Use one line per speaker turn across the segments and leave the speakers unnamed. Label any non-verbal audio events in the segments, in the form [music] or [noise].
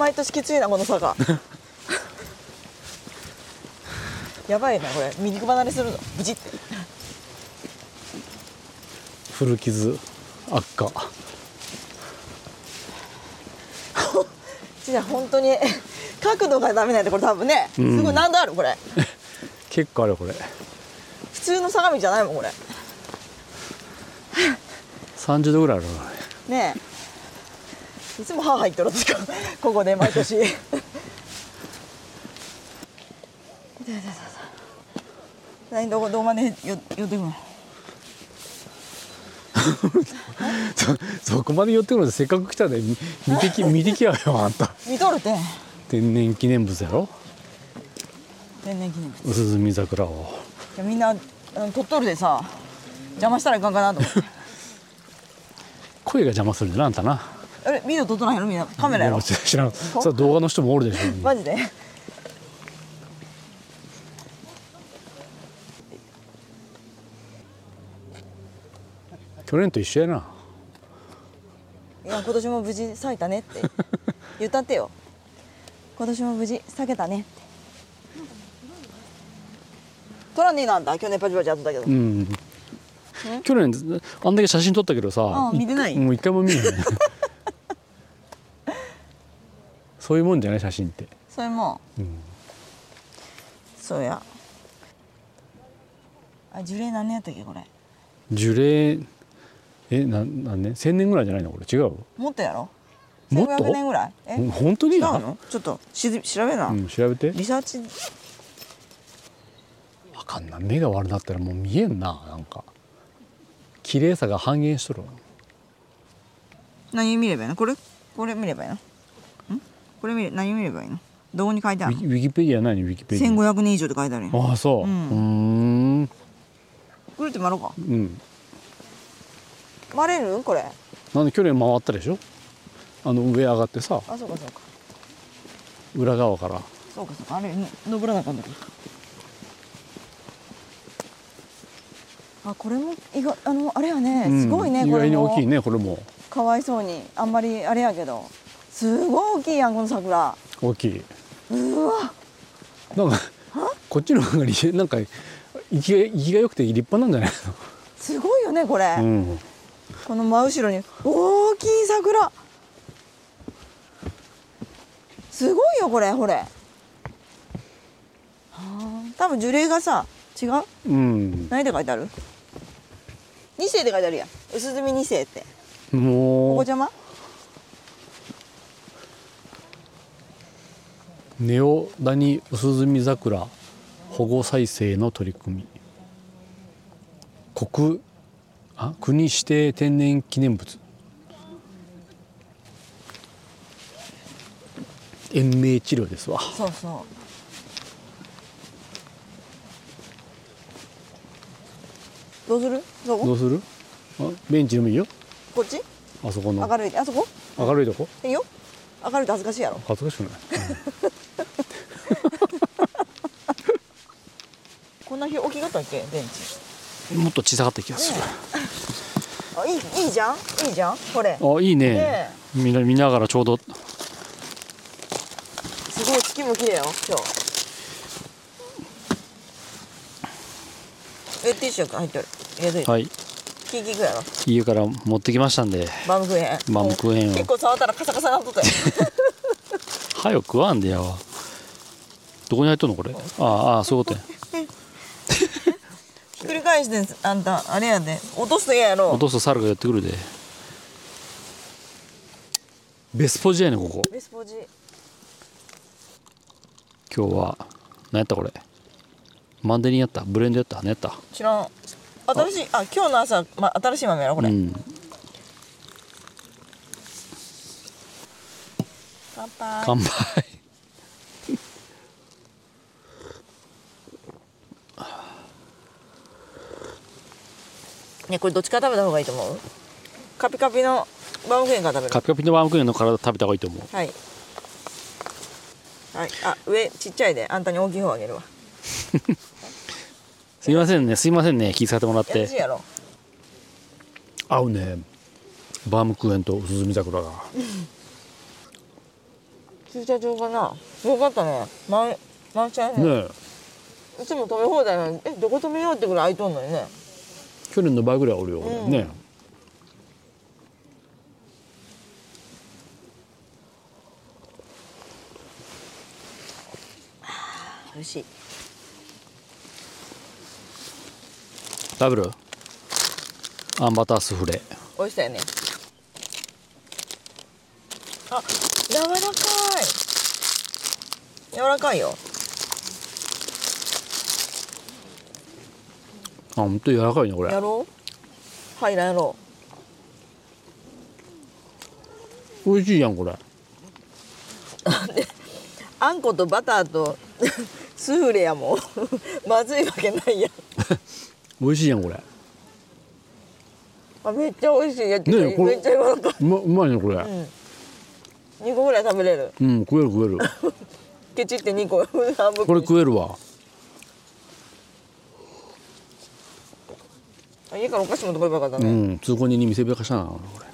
私きついなこの坂やばいなこれ右離れするのブチって
古傷悪化
じゃあ本当に角度がダメなんでこれ多分ね、
うん
すごい難度あるこれ
結構あるよこれ
普通の相模じゃないもんこれ
30度ぐらいあるな
ねえいつも歯入っとるんですかここで毎年痛い痛い痛い痛い何どこどこまでよ寄ってくの
そ [laughs] そこまで寄ってくるのでせっかく来たで見見て [laughs] き見てきやよあんた
見とるて
天然記念物やろ
天然記念物い
薄墨桜を
やみんなあの撮っとるでさ邪魔したらいかんかなと思って
声が邪魔するんじゃなあんたな
あれビデオ撮っとらへんのみんなカメラや
い
ろ
や知らんそれ動画の人もおるでしょ
マジで
去年と一緒やない
や今年も無事咲いたねって言ったってよ今年も無事咲けたねって取らねえなんだ去年パチパチやっとったけど、
うん去年あんだけ写真撮ったけどさ
あ見てない
もう一回も [laughs] 見えないそういうもんじゃない写真って
それも、
うん
そうやあ樹齢何年やったっけこれ
樹齢えな何年1000年ぐらいじゃないのこれ違う
もっとやろ
もっと
1500年ぐらいえ
ほん
違う
本当にや
のちょっとしず調べな、
うん調べて
リサーチ
あかんな目が悪なったらもう見えんななんか綺麗さが半減しとるわ
何見ればいいのこれこれ見ればいいのんこれ見れ何見ればいいのどこに書いてあ
ウ
る
ィ
の
キウィキペディア何ウィキペディ
1500年以上って書いてあるよ
アああそうう
うん
ーん
これってまろうか
うん
まれるこれ
なんで去年回ったでしょあの上上がってさ
あそうかそうか
裏側から
そうかそうかあれの登らなあかんのかあこれも意外あのあれやね、
うん
すごいね
意
これ
外に
も
大きいねこれも
かわいそうにあんまりあれやけどすごい大きいやんこの桜
大きいう
わ
なんかこっちの方がりなんか生きが生きが良くて立派なんじゃない
すごいよねこれ、
の、うん、
この真後ろに大きい桜すごいよこれほれはあ多分樹齢がさ違う
うん、
何て書いてある二世って書いてあるやん薄墨二世ってお
も
子ちゃま
うネオダニ薄墨桜保護再生の取り組み国あ国指定天然記念物延命治療ですわ
そうそどうするそ
ど
こ
うするあベンチでもいいよ
こっち
あそこの
明るいあそこ
明るいとこ
いいよ明るいと恥ずかしいやろ
恥ずかしくない
こんな日大きかったっけベンチ
もっと小さかった気がする。
あいいいいじゃんいいじゃんこれ
あ、いいね
ね。
みんな見ながらちょうど
すごい月も綺麗よ今日えティッシュ入ってる入れといて、
はい
キーキーくやろ
家から持ってきましたんで、
バームクーヘン
バウムクーヘンを
結構触ったらカサカサなっとった
[laughs]
よ
早く食わんでやわ。どこに入っとんのこれ？ああ、そういうことや。
ひっくり返してんすあんたあれやで落とすと嫌やろ
落とすと猿が寄ってくるで。ベスポジやねここ。
ベスポジ
今日は何やったこれ？マンデリンやった、ブレンドやった、何やった。
知らん新しいあ今日の朝、ま、新しい豆やろこ
う
れ、
ん。
乾杯
乾杯。
ねこれどっちから食べた方がいいと思うカピカピのバウムクーヘンから食べる
カピカピのバウムクーヘンの体食べた方がいいと思う。
はいはいあ上ちっちゃいであんたに大きい方あげるわ
すいませんね、すいませんね、気遣ってもらっ
優しい
て。
やろ
合うね。バウムクーヘンと薄墨桜が。
駐車場かなよかったね満満車やね
ねえ
いつも止め放題なのにえどこ止めようってぐらい空いとんのにね
去年の倍ぐらいおるよ、俺
うん
ね
美味しい
食べるあんバタースフレ
美味しさやねあ柔らかい柔らかいよ
あ本当に柔らかいねこれ
やろうはいやろ
美味しいやんこれ
うあんことバターと [laughs] スフレやもん [laughs] まずいわけないやん
美味しいやんこれ
あめっちゃ美味しいやつ、
ねえこ
め
れ
っちゃ柔らかいう
まうまいねこれ
2個ぐらい食べれる
うん、食える食える
ケチって2個半分
これ食えるわ
あ家からお菓子持ってこればよかった
[laughs] う
ね、
ん通行人に見せびらかしたなこれ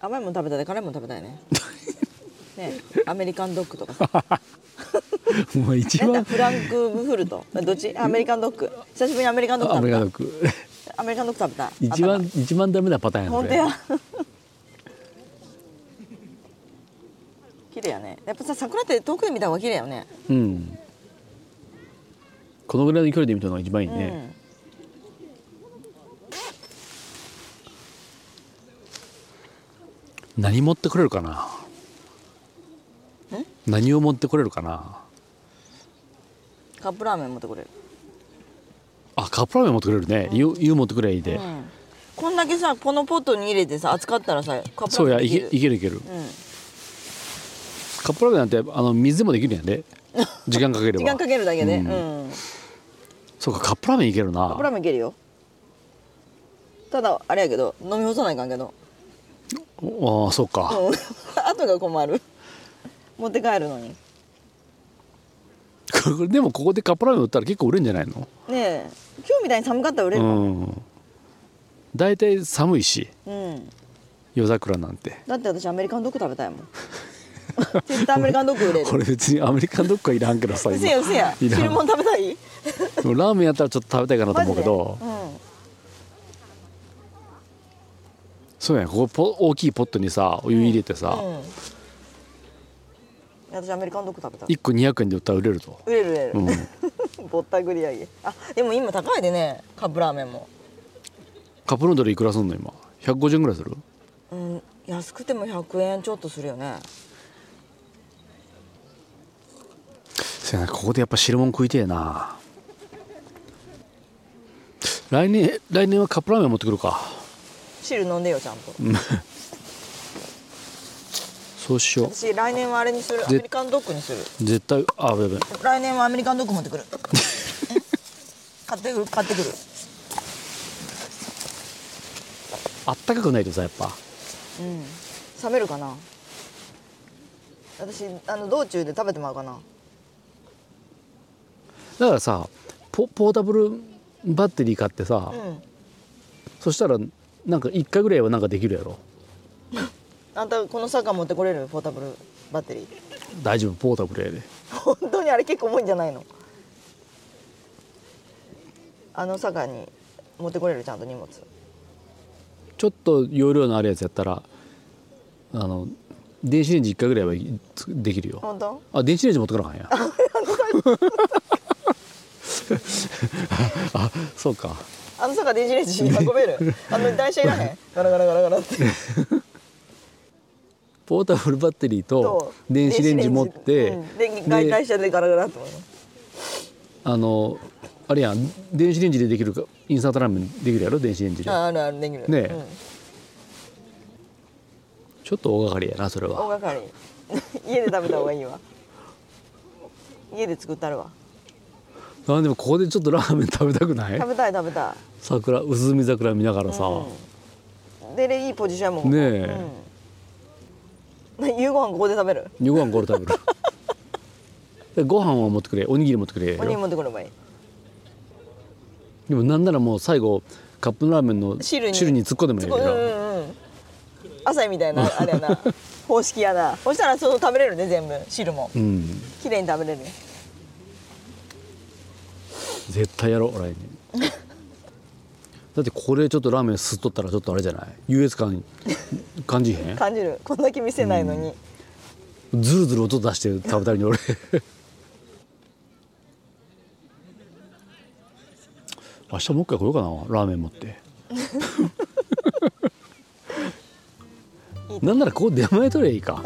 甘いもん食べたい辛いもん食べたい
[laughs]
ねねえアメリカンドッグとかさ
お前一
なんだ
番
フランクフルトどっちアメリカンドッグ久しぶりにアメリカンドッグ
ア
食
メ
べ
リカ
た
ドッグ
アメリカンドッグ食べた
一
頭
番一番ダメなパターンやなこ
本当
れ
や綺麗やねやっぱさ桜って遠くで見た方が綺麗よね
うんこのぐらいの距離で見たのが一番いい
うん
ね、何持ってこれるかな何を持ってこれるかな
カップラーメン持ってこれる、
あカップラーメン持ってくれるね、湯湯持ってくれいいで、
うん、こんだけさこのポットに入れてさ扱ったらさカッ
そ
プ
う
ラ
や
ーメン
い
でき
け
る
いける
う
いける
ん、
カップラーメンなんてあの水でもできる
[laughs]
んやで時間かければ
時間かけるだけで、
う
うんん
そうかカップラーメンいける
カッ
な
プラーメンいけるよただあれやけど飲み干さないかんけど
おああそうか、
うん [laughs] 後が困る持って帰るのにね
こ [laughs] れでもここでカップラーメン売ったら結構売れんじゃないの
え今日みたいに寒かったら売れ
う
るか
ん大体寒いし
うん、
夜桜なんて
だって私アメリカンドッグ食べたいもん [laughs] 絶対アメリカンドッグ売れ
こ
る
れ別にアメリカンドッグはいらんけど
[laughs]
さ
う
今
せやうせや
い
汁
らん
物食べたい
でもラーメンやったらちょっと食べたいかなと
マ
思
ジで
うけど
うん
そうやここポ大きいポットにさお湯入れてさ、
うん私アメリカンドッグ食べたい
1個200円で売ったら売れると、
売れる売れる、
うん、
[laughs] ぼったくり上げあでも今高いでねカップラーメンも
カップヌードルいくらすんの今150円ぐらいする
うん安くても100円ちょっとするよね
せやなここでやっぱ汁物食いてえな来年来年はカップラーメン持ってくるか
汁飲んでよちゃんと
そうしよう
私来年はあれにするアメリカンドッグにする
絶対あやべやべ
来年はアメリカンドッグ持
[laughs]
ってくる買ってくる買ってくる
あったかくないとさやっぱ
うん冷めるかな私あの道中で食べてもらうかな
だからさポポータブルバッテリー買ってさ、
うん
そしたらなんか1回ぐらいはなんかできるやろ
あんたこのサッカー持ってこれるポータブルバッテリー [laughs]
大丈夫ポータブルやで
本当にあれ結構重いんじゃないのあのサッカーに持ってこれるちゃんと荷物
ちょっと容量のあるやつやったらあの電子レンジ1回ぐらいはいつできるよ
本当
あ電子レンジ持ってこなあかんやあ [laughs] そうか
あのサッカー電子レンジに運べるあの台車いらへん
[laughs]
ガラガラガラガラって
ポータブルバッテリーと
と
電子レンジ持って、
うん電気外
で
台車でガラガラって思います
あのあれやん電子レンジでできるかインスタントラーメンできるやろ電子レンジで
ああるある電気
ねえちょっと大掛かりやなそれ
うん、大
は
掛かり [laughs] 家で食べた方がいいわ家で作ったるわ
あでもここでちょっとラーメン食べたくない
食べたい食べたい
桜薄見桜見ながらさ、
うんででいいポジションやもん
ね
え、うん、 [laughs] 夕ご飯ここで食べる
夕ご飯これ食べる [laughs] でご飯は持ってくれおにぎり持ってくれ
おにぎり
よ
持ってくればいい
でもなんならもう最後カップラーメンの汁
汁
に
に
突っ込んでもいい
うんう
よ
んうん浅いみたい
[laughs]
なあれやな方式やなそしたらそう食べれるね全部汁も
うん
綺麗に食べれるね
絶対やろう来年
[laughs]
だってこれちょっとラーメン吸っとったらちょっとあれじゃない優越感感じへん
感じるこんだけ見せないのに、
ズルズル音出して食べたりに俺明日もう一回来ようかなラーメン持って
いいね
なんならここ出前取りゃいいか